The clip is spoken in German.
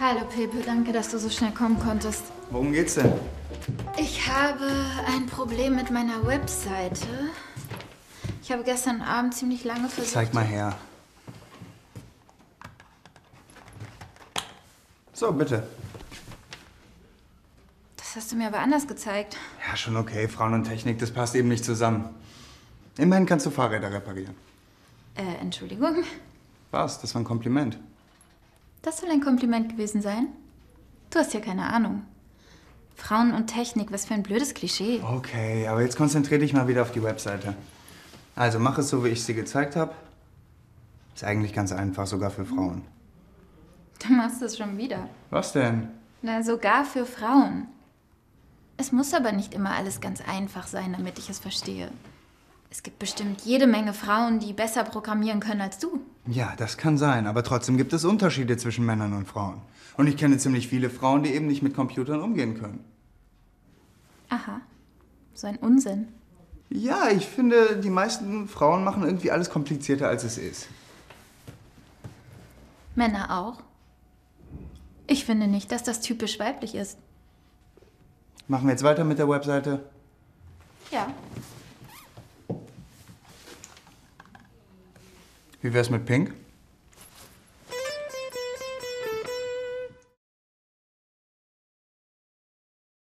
Hallo Pepe, danke, dass du so schnell kommen konntest. Worum geht's denn? Ich habe ein Problem mit meiner Webseite. Ich habe gestern Abend ziemlich lange versucht. Zeig mal her. So, bitte. Das hast du mir aber anders gezeigt. Ja, schon okay. Frauen und Technik, das passt eben nicht zusammen. Immerhin kannst du Fahrräder reparieren. Äh, Entschuldigung. Was? Das war ein Kompliment. Das soll ein Kompliment gewesen sein? Du hast ja keine Ahnung. Frauen und Technik, was für ein blödes Klischee. Okay, aber jetzt konzentrier dich mal wieder auf die Webseite. Also mach es so, wie ich sie gezeigt habe. Ist eigentlich ganz einfach, sogar für Frauen. Du machst es schon wieder. Was denn? Na, sogar für Frauen. Es muss aber nicht immer alles ganz einfach sein, damit ich es verstehe. Es gibt bestimmt jede Menge Frauen, die besser programmieren können als du. Ja, das kann sein, aber trotzdem gibt es Unterschiede zwischen Männern und Frauen. Und ich kenne ziemlich viele Frauen, die eben nicht mit Computern umgehen können. Aha. So ein Unsinn. Ja, ich finde, die meisten Frauen machen irgendwie alles komplizierter, als es ist. Männer auch? Ich finde nicht, dass das typisch weiblich ist. Machen wir jetzt weiter mit der Webseite. Ja. Wie wär's mit Pink?